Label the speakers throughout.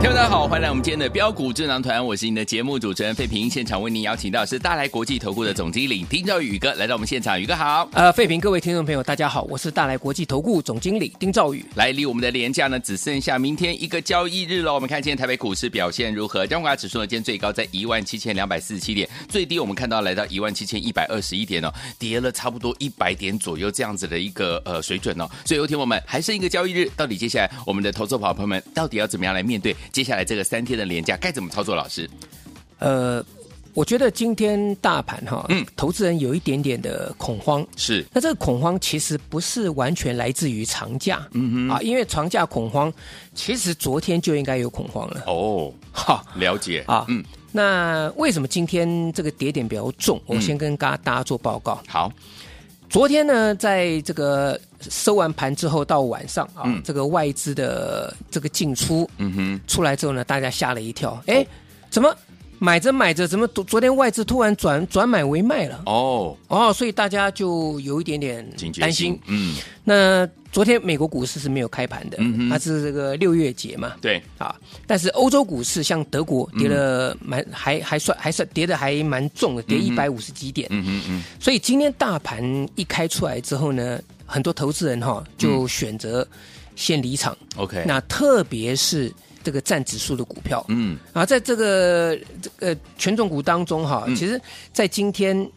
Speaker 1: 听众大家好，欢迎来我们今天的标股智囊团，我是你的节目主持人费平。现场为您邀请到是大来国际投顾的总经理丁兆宇宇哥来到我们现场，宇哥好。
Speaker 2: 呃，费评各位听众朋友，大家好，我是大来国际投顾总经理丁兆宇。
Speaker 1: 来，离我们的廉价呢只剩下明天一个交易日喽。我们看今天台北股市表现如何？加权指数呢，今天最高在一万七千两百四十七点，最低我们看到来到一万七千一百二十一点哦，跌了差不多一百点左右这样子的一个呃水准哦。所以，有天我们还剩一个交易日，到底接下来我们的投资好朋友们到底要怎么样来面对接下来这个三天的廉价该怎么操作？老师，
Speaker 2: 呃，我觉得今天大盘哈，
Speaker 1: 嗯
Speaker 2: 嗯，投资人有一点点的恐慌。
Speaker 1: 是
Speaker 2: 那这个恐慌其实不是完全来自于长假，嗯哼，啊，因为长假恐慌，其实昨天就应该有恐慌了，
Speaker 1: 哦，
Speaker 2: 哈
Speaker 1: 了解
Speaker 2: 啊，
Speaker 1: 嗯
Speaker 2: 嗯，。那为什么今天这个跌点比较重？我先跟大家做报告。
Speaker 1: 好，
Speaker 2: 昨天呢，在这个收完盘之后到晚上啊，
Speaker 1: 嗯
Speaker 2: 这个外资的这个进出，
Speaker 1: 嗯哼，
Speaker 2: 出来之后呢，大家吓了一
Speaker 1: 哦
Speaker 2: 跳，哎，怎么买着买着，怎么昨昨天外资突然转转买为卖了？
Speaker 1: 哦，
Speaker 2: 哦，所以大家就有一点点
Speaker 1: 警觉
Speaker 2: 担
Speaker 1: 性
Speaker 2: 心。，
Speaker 1: 嗯，
Speaker 2: 那昨天美国股市是没有开盘的，
Speaker 1: 嗯哼
Speaker 2: 它是这个六月节嘛，
Speaker 1: 对，
Speaker 2: 啊，但是欧洲股市像德国跌
Speaker 1: 嗯
Speaker 2: 了蛮、还还算还算跌的还蛮重的，跌一百五十几点，
Speaker 1: 嗯哼嗯，
Speaker 2: 所以今天大盘一开出来之后呢，很多投资人哈、就选择先离场。
Speaker 1: OK
Speaker 2: 那特别是这个占指数的股票，
Speaker 1: 嗯
Speaker 2: 啊，在这个这个权重股当中哈、
Speaker 1: 嗯
Speaker 2: 其实在今天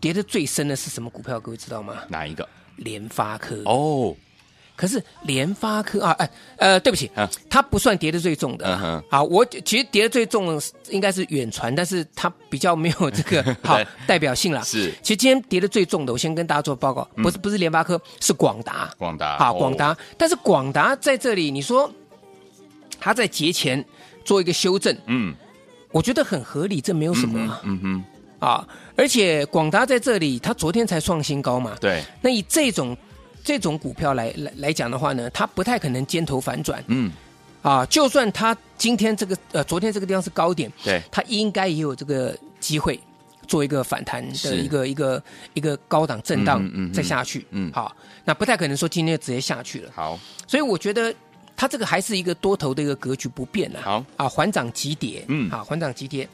Speaker 2: 跌得最深的是什么股票？各位知道吗？
Speaker 1: 哪一个？
Speaker 2: 联发科。
Speaker 1: 哦，
Speaker 2: 可是联发科啊，哎呃，对不起
Speaker 1: 啊，
Speaker 2: 它不算跌得最重
Speaker 1: 嗯
Speaker 2: 的。
Speaker 1: 哼，
Speaker 2: 啊，我其实跌得最重的是应该是远传，但是它比较没有这 个好
Speaker 1: 对
Speaker 2: 代表性啦。
Speaker 1: 是嗯
Speaker 2: 其实今天跌得最重的，我先跟大家做报告，不是不是联发科，是广达。
Speaker 1: 广达
Speaker 2: 啊，
Speaker 1: 哦
Speaker 2: 广达，但是广达在这里，你说它在节前做一个修正，
Speaker 1: 嗯，
Speaker 2: 我觉得很合理，这没有什么啊。
Speaker 1: 嗯哼，
Speaker 2: 啊而且广达在这里，它昨天才创新高嘛。
Speaker 1: 对，
Speaker 2: 那以这种这种股票来来来讲的话呢，它不太可能尖头反转
Speaker 1: 嗯，
Speaker 2: 啊。就算它今天这个呃，昨天这个地方是高点，
Speaker 1: 对，
Speaker 2: 它应该也有这个机会做一个反弹的
Speaker 1: 是
Speaker 2: 一个一个一个高档震荡
Speaker 1: 嗯哼嗯哼
Speaker 2: 再下去。
Speaker 1: 嗯
Speaker 2: 好，那不太可能说今天就直接下去了。
Speaker 1: 好，
Speaker 2: 所以我觉得它这个还是一个多头的一个格局不变啊。
Speaker 1: 好
Speaker 2: 啊，缓涨急跌，
Speaker 1: 嗯
Speaker 2: 啊，缓涨急跌。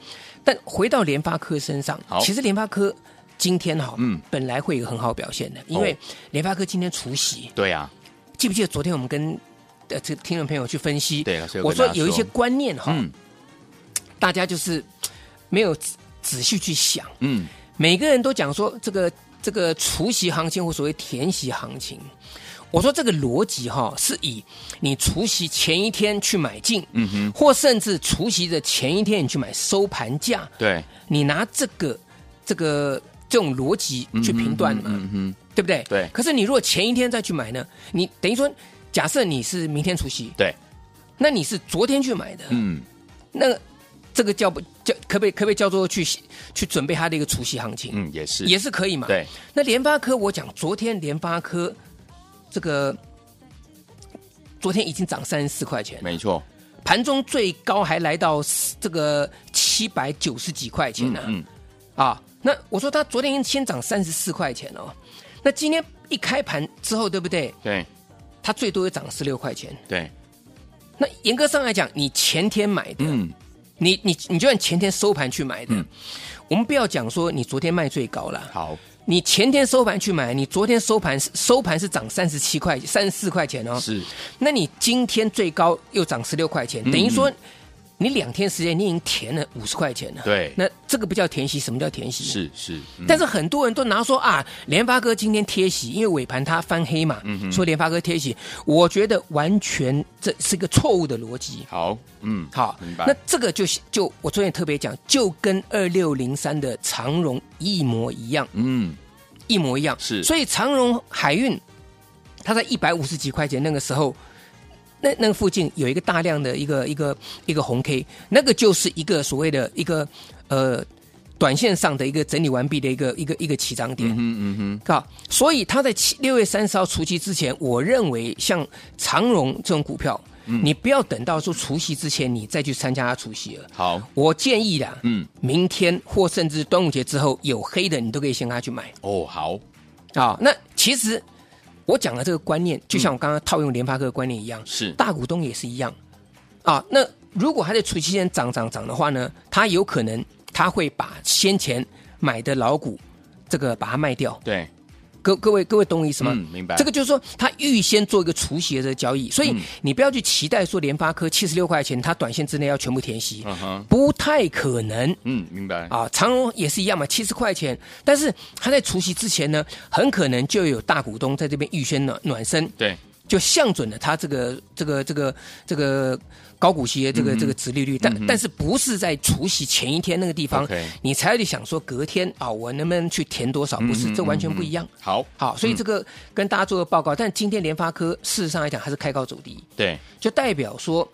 Speaker 2: 但回到联发科身上
Speaker 1: 好，
Speaker 2: 其实联发科今天哈，
Speaker 1: 嗯哦
Speaker 2: 嗯，本来会有很好表现的，因为联发科今天除夕，
Speaker 1: 对啊，
Speaker 2: 记不记得昨天我们跟呃这个听众朋友去分析，
Speaker 1: 对老师有跟
Speaker 2: 我说
Speaker 1: 大家
Speaker 2: 有一
Speaker 1: 说
Speaker 2: 些观念哈，
Speaker 1: 嗯
Speaker 2: 大家就是没有仔仔细去想，
Speaker 1: 嗯，
Speaker 2: 每个人都讲说这个这个除夕行情或所谓填息行情，我说这个逻辑哈、是以你除夕前一天去买进，嗯哼，或甚至除夕的前一天你去买收盘价，
Speaker 1: 对，
Speaker 2: 你拿这个这个这种逻辑去评断嘛，
Speaker 1: 嗯哼，
Speaker 2: 对不对？
Speaker 1: 对
Speaker 2: 可是你如果前一天再去买呢，你等于说，假设你是明天除夕，
Speaker 1: 对，
Speaker 2: 那你是昨天去买的，
Speaker 1: 嗯，
Speaker 2: 那这个叫不叫可不可以可不可以叫做去去准备它的一个除夕行情？
Speaker 1: 嗯，也是，
Speaker 2: 也是可以嘛。
Speaker 1: 对，
Speaker 2: 那联发科，我讲昨天联发科这个，昨天已经涨三十四块钱，
Speaker 1: 没错，
Speaker 2: 盘中最高还来到这个七百九十几块钱呢、啊。
Speaker 1: 嗯，
Speaker 2: 那我说它昨天先涨三十四块钱哦，那今天一开盘之后，对不对？
Speaker 1: 对
Speaker 2: 它最多也涨十六块钱。
Speaker 1: 对，
Speaker 2: 那严格上来讲，你前天买的，
Speaker 1: 嗯，
Speaker 2: 你你你就算前天收盘去买的，
Speaker 1: 嗯
Speaker 2: 我们不要讲说你昨天卖最高了。
Speaker 1: 好，
Speaker 2: 你前天收盘去买，你昨天收盘收盘是涨三十七块、三十四块钱哦。
Speaker 1: 是，嗯
Speaker 2: 那你今天最高又涨十六块钱，等于说你两天时间你已经填了五十块钱了。
Speaker 1: 对
Speaker 2: 那这个不叫填息，什么叫填息？。
Speaker 1: 是是，嗯
Speaker 2: 但是很多人都拿说啊，联发哥今天贴息，因为尾盘它翻黑嘛，
Speaker 1: 嗯
Speaker 2: 说联发哥贴息，我觉得完全这是一个错误的逻辑。
Speaker 1: 好，嗯，
Speaker 2: 好
Speaker 1: 明白，
Speaker 2: 那这个就是就我昨天也特别讲，就跟二六零三的长荣一模一样，
Speaker 1: 嗯，
Speaker 2: 一模一样。
Speaker 1: 是
Speaker 2: 所以长荣海运，它在一百五十几块钱那个时候，那那个附近有一个大量的一个一个一个红 K，那个就是一个所谓的一个呃短线上的一个整理完毕的一个一个一个起涨点。
Speaker 1: 嗯嗯
Speaker 2: 啊，所以它在七六月三十号除夕之前，我认为像长荣这种股票，
Speaker 1: 嗯
Speaker 2: 你不要等到说除夕之前你再去参加它除夕了。
Speaker 1: 哼，好，
Speaker 2: 我建议啦，
Speaker 1: 嗯，
Speaker 2: 明天或甚至端午节之后有黑的，你都可以先跟他去买
Speaker 1: 哦，好，
Speaker 2: 啊。那其实我讲的这个观念，就像我刚刚套用联发科的观念一样，
Speaker 1: 是
Speaker 2: 大股东也是一样啊。那如果它在除夕前涨涨涨的话呢，它有可能它会把先前买的老股这个把它卖掉。
Speaker 1: 对，
Speaker 2: 各各位各位懂我意思吗？
Speaker 1: 嗯明白嗯
Speaker 2: 这个就是说，它预先做一个除息的交易，所以你不要去期待说联发科七十六块钱，它短线之内要全部填息，
Speaker 1: 嗯哼，
Speaker 2: 不太可能。
Speaker 1: 嗯，明白，
Speaker 2: 啊，长荣也是一样嘛，七十块钱，但是它在除夕之前呢，很可能就有大股东在这边预先暖暖身，
Speaker 1: 对，
Speaker 2: 就向准了它这个这个这个这个高股息的这个、这个殖利率，但、但是不是在除夕前一天那个地方
Speaker 1: OK
Speaker 2: 你才要去想说隔天啊，我能不能去填多少？不是，这完全不一样。
Speaker 1: 好，
Speaker 2: 好，所以这个跟大家做个报告。但今天联发科事实上来讲，它是开高走低，
Speaker 1: 对，
Speaker 2: 就代表说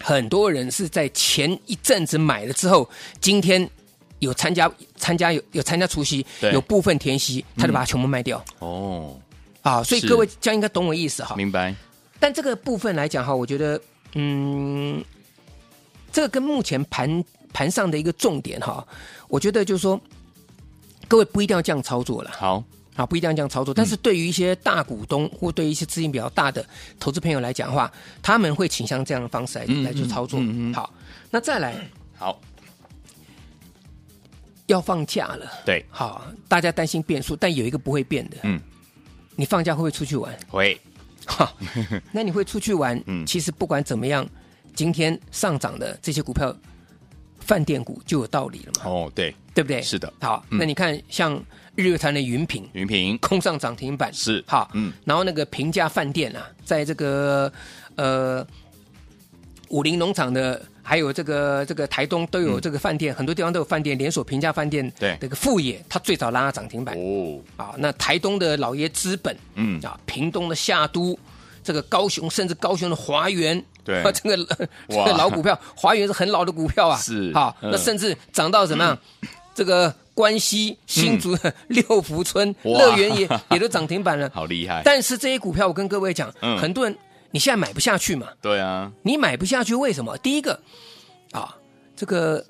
Speaker 2: 很多人是在前一阵子买了之后，今天有参加参加有有参加除夕
Speaker 1: 对，
Speaker 2: 有部分填息，他就把它全部卖掉、
Speaker 1: 哦，
Speaker 2: 啊。所以
Speaker 1: 是
Speaker 2: 各位这样应该懂我意思哈。
Speaker 1: 明白，
Speaker 2: 但这个部分来讲哈，我觉得嗯，这个跟目前盘盘上的一个重点哈，我觉得就是说。各位不一定要这样操作了，
Speaker 1: 好，
Speaker 2: 啊，不一定要这样操作。
Speaker 1: 嗯
Speaker 2: 但是对于一些大股东或对于一些资金比较大的投资朋友来讲的话，他们会倾向这样的方式来、
Speaker 1: 嗯
Speaker 2: 来去操作。
Speaker 1: 嗯嗯嗯
Speaker 2: 好，那再来
Speaker 1: 好，
Speaker 2: 要放假了，
Speaker 1: 对，
Speaker 2: 好，大家担心变数，但有一个不会变的，
Speaker 1: 嗯，
Speaker 2: 你放假会不会出去玩？
Speaker 1: 回，
Speaker 2: 哈， 那你会出去玩？
Speaker 1: 嗯
Speaker 2: 其实不管怎么样，今天上涨的这些股票，饭店股就有道理了嘛，
Speaker 1: 哦，对，
Speaker 2: 对不对？
Speaker 1: 是的
Speaker 2: 好，
Speaker 1: 嗯
Speaker 2: 那你看像日月潭的云品，
Speaker 1: 云平，
Speaker 2: 空上涨停板
Speaker 1: 是
Speaker 2: 好，
Speaker 1: 嗯
Speaker 2: 嗯，然后那个平价饭店啊，在这个呃武林农场的，还有这个这个台东都有这个饭店，很多地方都有饭店，连锁平价饭店，
Speaker 1: 对
Speaker 2: 这个富野它最早拉到涨停板
Speaker 1: 哦，
Speaker 2: 啊，那台东的老爷资本，
Speaker 1: 嗯
Speaker 2: 啊，屏东的夏都。这个高雄，甚至高雄的华源，
Speaker 1: 对
Speaker 2: 啊 这个这
Speaker 1: 哇
Speaker 2: 个老股票，华源是很老的股票啊，
Speaker 1: 是
Speaker 2: 好，
Speaker 1: 嗯
Speaker 2: 那甚至涨到怎么样？这个关西、新竹、 六福村、
Speaker 1: 嗯哇
Speaker 2: 乐园也也都涨停板 了。
Speaker 1: 好厉害，
Speaker 2: 但是这些股票，我跟各位讲，
Speaker 1: 嗯
Speaker 2: 很多人你现在买不下去嘛，
Speaker 1: 对啊，
Speaker 2: 你买不下去，为什么？第一个啊，这个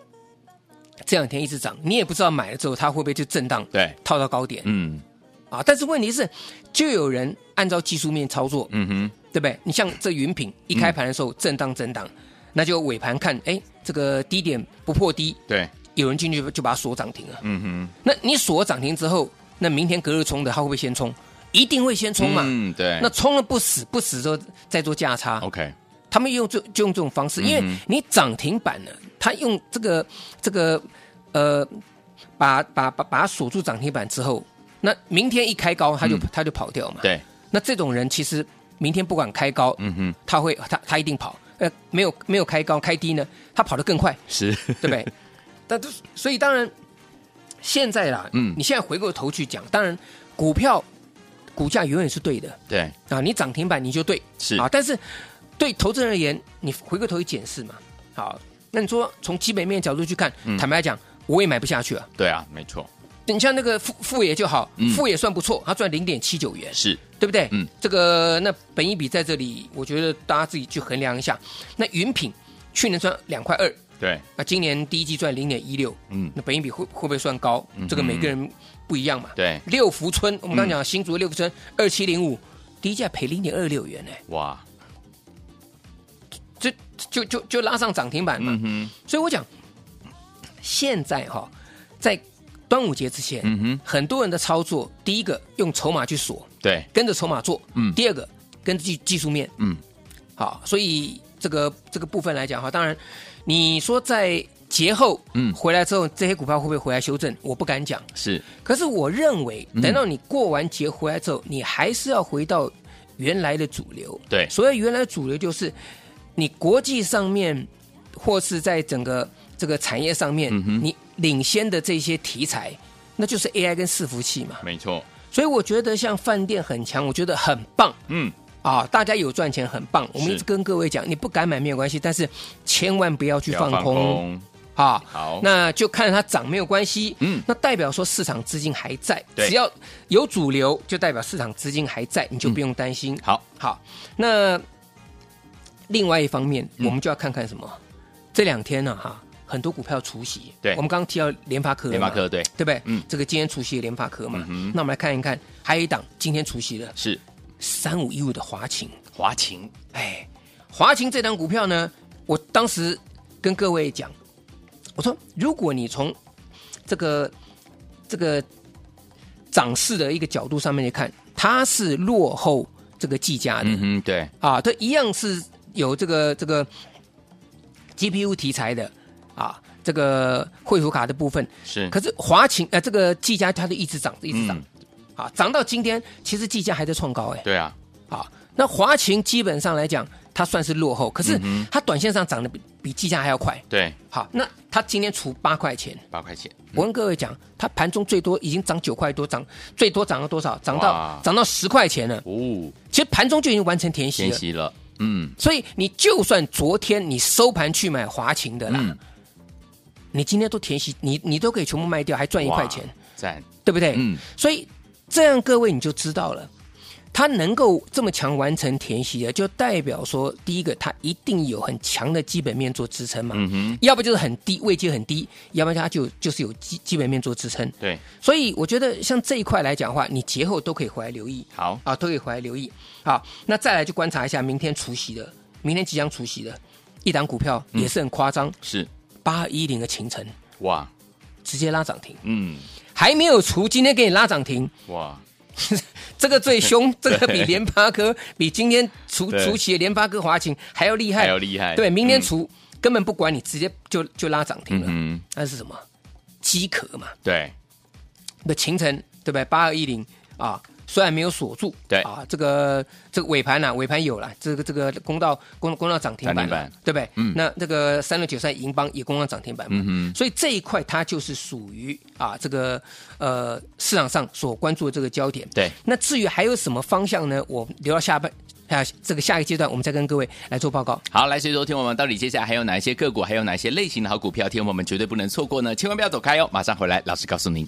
Speaker 2: 这两天一直涨，你也不知道买了之后它会不会就震荡，
Speaker 1: 对，
Speaker 2: 套到高点
Speaker 1: 嗯
Speaker 2: 啊。但是问题是，就有人按照技术面操作，
Speaker 1: 嗯哼，
Speaker 2: 对不对？你像这云品一开盘的时候震荡震荡，那就尾盘看，哎，这个低点不破低，
Speaker 1: 对，
Speaker 2: 有人进去就把它锁涨停了。
Speaker 1: 嗯哼，
Speaker 2: 那你锁涨停之后，那明天隔日冲的，它会不会先冲？一定会先冲嘛。
Speaker 1: 嗯，对，
Speaker 2: 那冲了不死，不死之后再做价差，
Speaker 1: OK，
Speaker 2: 他们用这就用这种
Speaker 1: 嗯
Speaker 2: 方式，因为你涨停板呢，他用这个这个呃，把把把把它锁住涨停板之后，那明天一开高，他就、他就跑掉嘛。，
Speaker 1: 嗯对，
Speaker 2: 那这种人其实明天不管开高，
Speaker 1: 嗯哼，
Speaker 2: 他会他他一定跑，呃，没有没有开高开低呢，他跑得 更快。
Speaker 1: 是，
Speaker 2: 对不对？但都所以当然，现在啦，
Speaker 1: 嗯
Speaker 2: 嗯，你现在回过头去讲，当然股票股价永远是对的
Speaker 1: 对，
Speaker 2: 啊，你涨停板你就对
Speaker 1: 是
Speaker 2: 啊，但是对投资人而言，你回过头去检视嘛，好，那你说从基本面角度去看，
Speaker 1: 嗯
Speaker 2: 坦白讲，我也买不下去啊。
Speaker 1: 对啊，没错，
Speaker 2: 你像那个富富野就好
Speaker 1: 嗯，
Speaker 2: 富野算不错，它赚零点七九元，
Speaker 1: 是，
Speaker 2: 对不对？
Speaker 1: 嗯
Speaker 2: 嗯，这个那本一比在这里，我觉得大家自己去衡量一下。那云品去年赚两块二，
Speaker 1: 对，
Speaker 2: 那今年第一季赚零点一六，
Speaker 1: 嗯
Speaker 2: 那本益比会会不会算高？这个每个人不一样嘛。
Speaker 1: 对
Speaker 2: 六福村，我们刚
Speaker 1: 嗯
Speaker 2: 刚讲新竹的六福村二七零五，第一季还赔零点二六元呢、
Speaker 1: 哇，
Speaker 2: 这就就就拉上涨停板嘛。
Speaker 1: 嗯哼，
Speaker 2: 所以我讲，现在哈、在端午节之前，
Speaker 1: 嗯哼，
Speaker 2: 很多人的操作，第一个用筹码去锁，
Speaker 1: 对，
Speaker 2: 跟着筹码做；
Speaker 1: 嗯
Speaker 2: 第二个跟着技技术面，
Speaker 1: 嗯，
Speaker 2: 好，所以这个这个部分来讲哈，当然你说在节后，
Speaker 1: 嗯
Speaker 2: 嗯，回来之后这些股票会不会回来修正？我不敢讲。
Speaker 1: 是
Speaker 2: 可是我认为，
Speaker 1: 嗯
Speaker 2: 等到你过完节回来之后，你还是要回到原来的主流。
Speaker 1: 对
Speaker 2: 所谓原来的主流就是你国际上面或是在整个这个产业上面，
Speaker 1: 嗯
Speaker 2: 你领先的这些题材，那就是 AI 跟伺服器嘛。
Speaker 1: 没错，
Speaker 2: 所以我觉得像饭店很强，我觉得很棒。
Speaker 1: 嗯，
Speaker 2: 啊，大家有赚钱很棒，我们
Speaker 1: 是
Speaker 2: 一直跟各位讲，你不敢买没有关系，但是千万不要去
Speaker 1: 不要
Speaker 2: 放空啊。
Speaker 1: 好
Speaker 2: 那就看它涨没有关系，
Speaker 1: 哦嗯
Speaker 2: 那代表说市场资金还在，
Speaker 1: 对
Speaker 2: 只要有主流，就代表市场资金还在，你就不用担心。
Speaker 1: 好，
Speaker 2: 好，那另外一方面，
Speaker 1: 嗯
Speaker 2: 我们就要看看什么？这两天呢、哈，很多股票除息，
Speaker 1: 对
Speaker 2: 我们刚刚提到联发科了嘛，
Speaker 1: 联发科对
Speaker 2: 对不对？
Speaker 1: 嗯
Speaker 2: 嗯，这个今天除息的联发科嘛，
Speaker 1: 嗯哼
Speaker 2: 那我们来看一看，还有一档今天除息的
Speaker 1: 是
Speaker 2: 三五一五的华勤，
Speaker 1: 华勤，
Speaker 2: 哎，华勤这档股票呢，我当时跟各位讲，我说如果你从这个这个涨势的一个角度上面来看，它是落后这个技嘉的、
Speaker 1: 嗯哼，对，
Speaker 2: 啊，它一样是有这个这个 GPU 题材的啊，这个绘图卡的部分，
Speaker 1: 是，
Speaker 2: 可是华勤呃这个技嘉它就一直涨，一直涨、
Speaker 1: 嗯
Speaker 2: 啊，涨到今天，其实技嘉还在创高哎、
Speaker 1: 对啊，
Speaker 2: 啊，那华勤基本上来讲，它算是落后，可是
Speaker 1: 嗯
Speaker 2: 它短线上涨得比比技嘉还要快。
Speaker 1: 对，
Speaker 2: 好，那它今天除八块钱，
Speaker 1: 八块钱，
Speaker 2: 我跟各位讲，它盘中最多已经涨九块多，涨最多涨到多少？涨到
Speaker 1: 哇
Speaker 2: 涨到十块钱了。
Speaker 1: 哦，
Speaker 2: 其实盘中就已经完成填息
Speaker 1: 先
Speaker 2: 了，
Speaker 1: 息了，嗯，
Speaker 2: 所以你就算昨天你收盘去买华勤的啦，
Speaker 1: 嗯
Speaker 2: 你今天都填息，你你都可以全部卖掉，还赚一块钱。
Speaker 1: 哇，赞，
Speaker 2: 对不对？
Speaker 1: 嗯
Speaker 2: 所以这样各位你就知道了，他能够这么强完成填息的，就代表说，第一个他一定有很强的基本面做支撑嘛，
Speaker 1: 嗯哼，
Speaker 2: 要不就是很低位阶很低，要不然他就就是有基基本面做支撑。
Speaker 1: 对，
Speaker 2: 所以我觉得像这一块来讲的话，你节后都可以回来留意
Speaker 1: 好，
Speaker 2: 啊，都可以回来留意。好，那再来就观察一下明天除夕的，明天即将除夕的一档股票也是很夸张，
Speaker 1: 是，
Speaker 2: 八一零的秦城
Speaker 1: 哇，
Speaker 2: 直接拉涨停，
Speaker 1: 嗯，
Speaker 2: 还没有除，今天给你拉涨停。
Speaker 1: 哇，
Speaker 2: 这个 最凶，这个比联发科 比今天除
Speaker 1: 对
Speaker 2: 除起的联发科、华勤还要厉害，
Speaker 1: 还要厉害，
Speaker 2: 对，明天
Speaker 1: 嗯，
Speaker 2: 除、根本不管你，直接就就拉涨停了。
Speaker 1: 嗯哼，
Speaker 2: 那是什么？机壳嘛，
Speaker 1: 对，
Speaker 2: 那秦城对不对？八二一零啊，虽然没有锁住，
Speaker 1: 对
Speaker 2: 啊，这个这个尾盘呐、尾盘有了，这个这个攻到攻攻到涨停
Speaker 1: 涨
Speaker 2: 板了，
Speaker 1: 停板
Speaker 2: 对不对？
Speaker 1: 嗯
Speaker 2: 那这个三六九三银邦也攻到涨停板嘛，
Speaker 1: 嗯
Speaker 2: 所以这一块它就是属于啊这个呃市场上所关注的这个焦点。
Speaker 1: 对，
Speaker 2: 那至于还有什么方向呢？我留到下半啊这个下一个阶段，我们再跟各位来做报告。
Speaker 1: 好，来，所以说，听我们到底接下来还有哪一些个股，还有哪一些类型的好股票，听我们绝对不能错过呢，千万不要走开哦，马上回来，老师告诉您。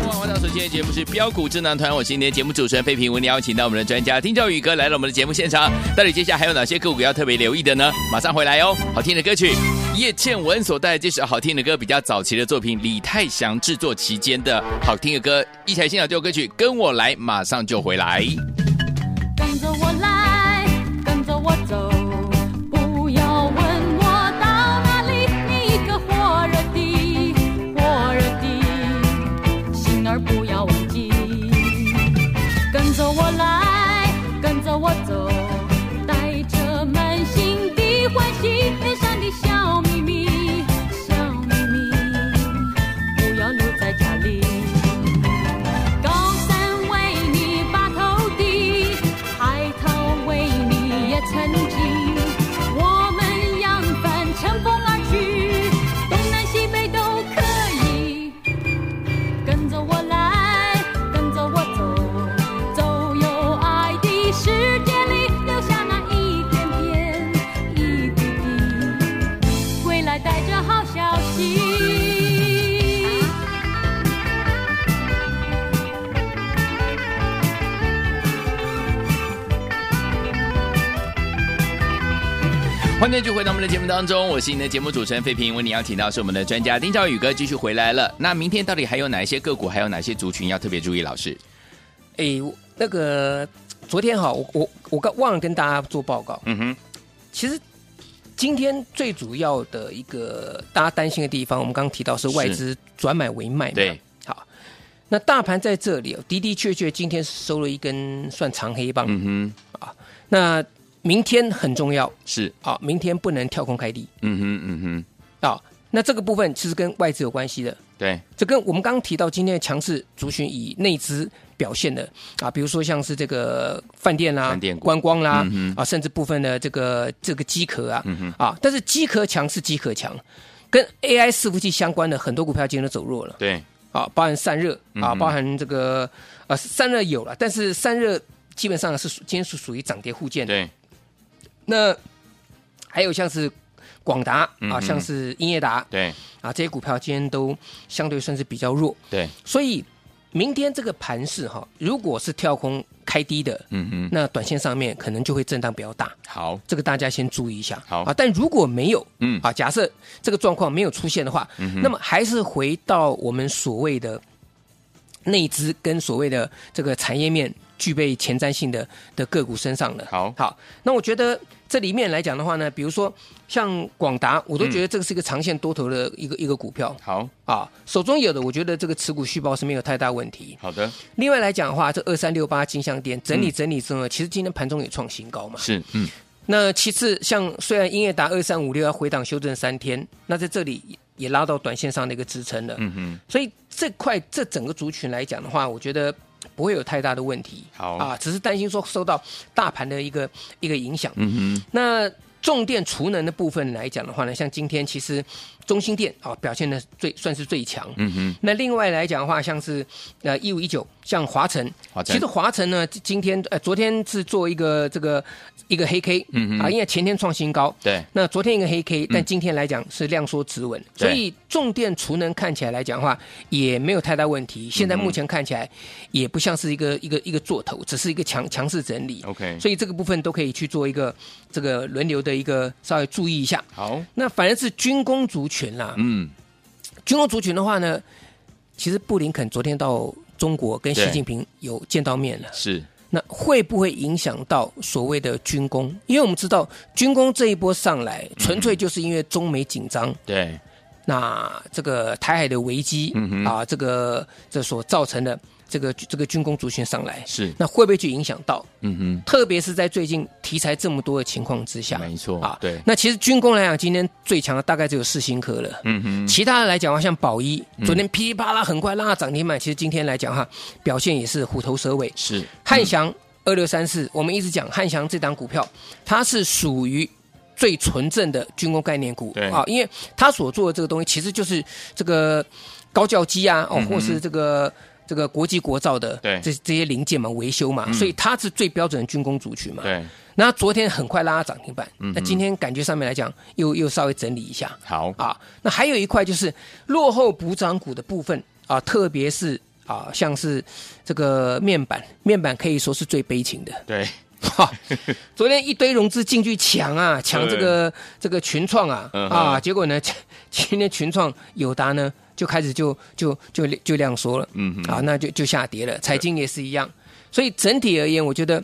Speaker 1: 欢迎到今天的节目是标股智囊团，我是今天的节目主持人费平，为您邀请到我们的专家丁兆宇哥来到我们的节目现场，到底接下来还有哪些个股要特别留意的呢？马上回来哦，好听的歌曲。叶倩文所带来这首好听的歌，比较早期的作品，李泰祥制作期间的好听的歌，一起来欣赏这首歌曲《跟我来》，马上就回来。
Speaker 3: 跟着我来，跟着我走，不要问我到哪里，你一个火热的，火热的心儿不要忘记。跟着我来，跟着我走，带着满心的欢喜，脸上的笑眯眯，笑眯眯，不要留在家里。高山为你把头低，海涛为你也曾经。我们扬帆乘风而去，东南西北都可以。跟着我来，跟着我走，走有爱的世界里，留下那一点点、一滴滴，归来带着好消息。
Speaker 1: 欢迎继续回到我们的节目当中，我是您的节目主持人费平，为您邀请到是我们的专家丁兆宇哥继续回来了。那明天到底还有哪一些个股，还有哪些族群要特别注意？老师，
Speaker 2: 哎，我那个昨天哈，我我我刚忘了跟大家做报告，
Speaker 1: 嗯哼，
Speaker 2: 其实今天最主要的一个大家担心的地方，我们刚刚提到是外资转买为卖嘛。
Speaker 1: 对，
Speaker 2: 好，那大盘在
Speaker 1: 嗯
Speaker 2: 这里哦的的确确今天收了一根算长黑棒。
Speaker 1: 嗯哼，
Speaker 2: 那明天很重要
Speaker 1: 是，
Speaker 2: 啊，明天不能跳空开低
Speaker 1: 嗯哼嗯哼，
Speaker 2: 啊。那这个部分其实跟外资有关系的，
Speaker 1: 对，
Speaker 2: 这跟我们刚刚提到今天的强势族群以内资表现的啊，比如说像是这个饭店啦、
Speaker 1: 饭店股
Speaker 2: 观光啦、
Speaker 1: 嗯
Speaker 2: 啊，甚至部分的这个这个机壳啊、
Speaker 1: 嗯哼
Speaker 2: 啊，但是机壳强是机壳强，跟 AI 伺服器相关的很多股票今天都走弱了。
Speaker 1: 对，
Speaker 2: 啊，包含散热啊，
Speaker 1: 嗯
Speaker 2: 包含这个呃散热有了，但是散热基本上是属今天是属于涨跌互见的。
Speaker 1: 对，
Speaker 2: 那还有像是广达
Speaker 1: 嗯
Speaker 2: 啊，
Speaker 1: 哼
Speaker 2: 像是英业达
Speaker 1: 对，
Speaker 2: 啊，这些股票今天都相对算是比较弱，
Speaker 1: 对，
Speaker 2: 所以明天这个盘势哈，如果是跳空开低的，
Speaker 1: 嗯哼，
Speaker 2: 那短线上面可能就会震荡比较大。
Speaker 1: 好，
Speaker 2: 这个大家先注意一下。
Speaker 1: 好
Speaker 2: 啊，但如果没有，
Speaker 1: 嗯
Speaker 2: 啊，假设这个状况没有出现的话，那么还是回到我们所谓的内资跟所谓的这个产业面具备前瞻性的的个股身上的。
Speaker 1: 好
Speaker 2: 好，那我觉得这里面来讲的话呢，比如说像广达，我
Speaker 1: 嗯
Speaker 2: 都觉得这个是一个长线多头的一个、一个股票
Speaker 1: 好，
Speaker 2: 啊，手中有的，我觉得这个持股续报是没有太大问题。
Speaker 1: 好的，
Speaker 2: 另外来讲的话，这二三六八金项店
Speaker 1: 嗯
Speaker 2: 整理整理之后呢，其实今天盘中也创新高嘛。
Speaker 1: 是，嗯，
Speaker 2: 那其次，像虽然英业达二三五六要回档修正三天，那在这里也也拉到短线上的一个支撑了。
Speaker 1: 嗯哼，
Speaker 2: 所以这块这整个族群来讲的话，我觉得不会有太大的问题。
Speaker 1: 好
Speaker 2: 啊，只是担心说受到大盘的一个一个影响。
Speaker 1: 嗯哼，
Speaker 2: 那重电储能的部分来讲的话呢，像今天其实中心电啊表现的最算是最强。
Speaker 1: 嗯哼，
Speaker 2: 那另外来讲的话，像是呃一五一九，像华晨，
Speaker 1: 华晨
Speaker 2: 其实华晨呢，今今天呃昨天是做一个这个一个黑 K，
Speaker 1: 嗯哼
Speaker 2: 啊，因为前天创新高，
Speaker 1: 对，
Speaker 2: 那昨天一个黑 K，但今天来讲是量缩止稳，
Speaker 1: 嗯对
Speaker 2: 所以重电储能看起来来讲的话也没有太大问
Speaker 1: 嗯
Speaker 2: 题，现在目前看起来也不像是一个一个一个做头，只是一个强强势整理
Speaker 1: OK
Speaker 2: 所以这个部分都可以去做一个这个轮流的一个稍微注意一下。
Speaker 1: 好，
Speaker 2: 那反而是军工族群啦、
Speaker 1: 嗯，
Speaker 2: 军工族群的话呢，其实布林肯昨天到中国跟习
Speaker 1: 对
Speaker 2: 近平有见到面了，
Speaker 1: 是，
Speaker 2: 那会不会影响到所谓的军工？因为我们知道军工这一波上来，纯粹就是因为中美紧张，
Speaker 1: 对，
Speaker 2: 那这个台海的危机、
Speaker 1: 嗯
Speaker 2: 啊，这个这所造成的这个这个军工族群上来，
Speaker 1: 是，
Speaker 2: 那会不会去影响到？
Speaker 1: 嗯
Speaker 2: 特别是在最近题材这么多的情况之下，啊
Speaker 1: 没错对
Speaker 2: 那其实军工来讲，今天最强的大概只有四星科了。
Speaker 1: 嗯哼，嗯
Speaker 2: 其他的来讲话，像宝一，昨天噼里啪啦很快拉涨停板，其实今天来讲哈，表现也是虎头蛇尾。
Speaker 1: 是，
Speaker 2: 汉翔二六三四，我们一直讲汉翔这档股票，它是属于最纯正的军工概念股
Speaker 1: 对
Speaker 2: 啊，因为它所做的这个东西其实就是这个高教机啊，哦，或是这个。这个国际国造的
Speaker 1: 嗯对嗯
Speaker 2: 这这些零件嘛，维修嘛，所以它是最标准的军工族群嘛。
Speaker 1: 对，嗯
Speaker 2: 那昨天很快拉涨停板，那今天感觉上面来讲又又稍微整理一下。
Speaker 1: 好，
Speaker 2: 啊。那还有一块就是落后补涨股的部分啊，特别是啊，像是这个面板，面板可以说是最悲情的。
Speaker 1: 对，
Speaker 2: 哈、昨天一堆融资进去抢啊，抢这个这个群创啊、
Speaker 1: 嗯哼
Speaker 2: 啊，结果呢， 今天群创友达呢就开始就就就就量缩了，
Speaker 1: 嗯哼
Speaker 2: 啊，那就就下跌了。财经也是一样，所以整体而言，我觉得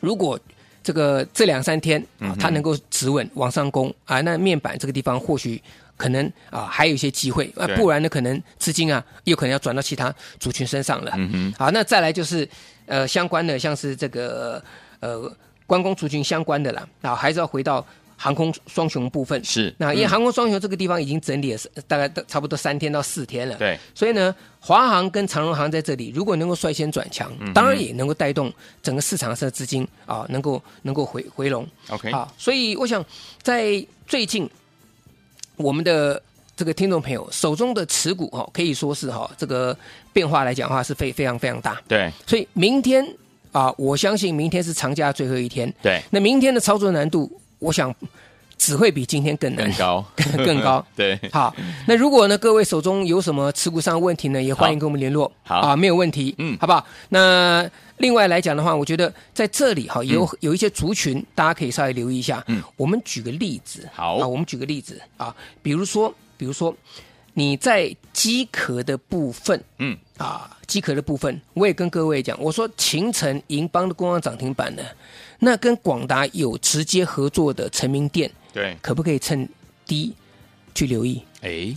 Speaker 2: 如果这个这两三天
Speaker 1: 嗯
Speaker 2: 啊，它能够止稳往上攻啊，那面板这个地方或许。可能啊，还有一些机会啊
Speaker 1: 对，
Speaker 2: 不然呢，可能资金啊，有可能要转到其他族群身上了。
Speaker 1: 嗯哼，
Speaker 2: 好，那再来就是呃相关的，像是这个呃观光族群相关的啦，啊，还是要回到航空双雄部分。
Speaker 1: 是
Speaker 2: 那因为
Speaker 1: 嗯
Speaker 2: 航空双雄这个地方已经整理了是大概差不多三天到四天了。。
Speaker 1: 对，
Speaker 2: 所以呢，华航跟长荣航在这里，如果能够率先转强，
Speaker 1: 嗯
Speaker 2: 当然也能够带动整个市场上的资金啊，能够能够回回笼
Speaker 1: OK
Speaker 2: 啊。所以我想，在最近我们的这个听众朋友手中的持股哈、哦，可以说是哈、这个变化来讲的话是非非常非常大。
Speaker 1: 对，
Speaker 2: 所以明天啊，我相信明天是长假最后一天，
Speaker 1: 对，
Speaker 2: 那明天的操作难度，我想只会比今天更难
Speaker 1: 更。高，
Speaker 2: 更高
Speaker 1: 对，
Speaker 2: 好，那如果呢，各位手中有什么持股上的问题呢，也欢迎
Speaker 1: 好
Speaker 2: 跟我们联络。
Speaker 1: 好
Speaker 2: 啊，没有问题，
Speaker 1: 嗯
Speaker 2: 好不好？那另外来讲的话，我觉得在这里哈，有、有一些族群，大家可以稍微留意一下。
Speaker 1: 嗯，
Speaker 2: 我们举个例子，
Speaker 1: 好
Speaker 2: 啊，我们举个例子啊，比如说，比如说你在机壳的部分，
Speaker 1: 嗯，
Speaker 2: 啊，机壳的部分，我也跟各位讲，我说秦城银邦的公告涨停板呢，那跟广达有直接合作的成名店，
Speaker 1: 对，
Speaker 2: 可不可以趁低去留意？
Speaker 1: 哎，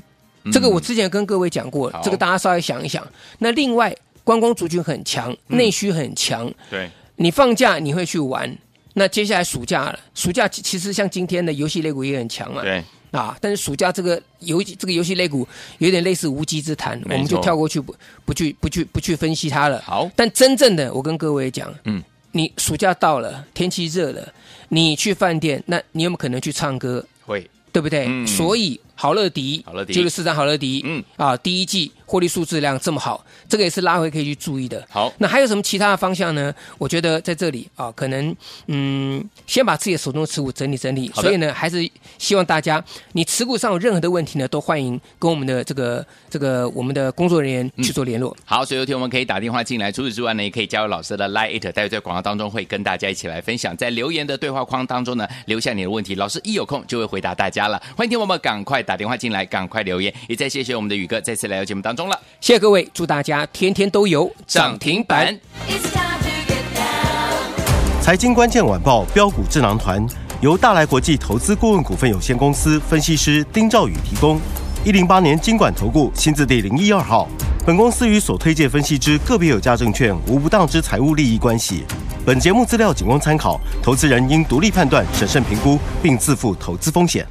Speaker 2: 这个我之前跟各位讲过
Speaker 1: 好，
Speaker 2: 这个大家稍微想一想。那另外，观光族群很强，内需很强，
Speaker 1: 对，
Speaker 2: 你放假你会去玩，那接下来暑假了，暑假其其实像今天的游戏类股也很强嘛，
Speaker 1: 对，
Speaker 2: 啊，但是暑假这个游这个游戏类股有点类似无稽之谈，
Speaker 1: 没错
Speaker 2: 我们就跳过去不不去不去不去分析它了。
Speaker 1: 好
Speaker 2: 但真正的我跟各位讲，
Speaker 1: 嗯，
Speaker 2: 你暑假到了，天气热了，你去饭店，那你有没有可能去唱歌？
Speaker 1: 会，
Speaker 2: 对不对？
Speaker 1: 嗯
Speaker 2: 所以好乐迪，
Speaker 1: 好乐迪
Speaker 2: 九六四张好乐迪，
Speaker 1: 嗯
Speaker 2: 啊，第一季获利数字量这么好，这个也是拉回可以去注意的。
Speaker 1: 好
Speaker 2: 那还有什么其他的方向呢？我觉得在这里啊，可能嗯，先把自己的手中的持股整理整理。
Speaker 1: 好的
Speaker 2: 所以呢，还是希望大家，你持股上有任何的问题呢，都欢迎跟我们的这个这个我们的工作人员
Speaker 1: 嗯
Speaker 2: 去做联络。
Speaker 1: 好，所以有天我们可以打电话进来。除此之外呢，也可以加入老师的 Line It，待会在广告当中会跟大家一起来分享。在留言的对话框当中呢，留下你的问题，老师一有空就会回答大家了。欢迎听我们赶快打电话进来，赶快留言。也再谢谢我们的宇哥再次来到节目当中了，
Speaker 2: 谢谢各位，祝大家天天都有
Speaker 1: 涨停板。
Speaker 3: It's time to get down.
Speaker 4: 财经关键晚报标股智囊团由大来国际投资顾问股份有限公司分析师丁兆宇提供。一零八年经管投顾新字第零一二号。本公司与所推介分析之个别有价证券无不当之财务利益关系。本节目资料仅供参考，投资人应独立判断、审慎评估，并自负投资风险。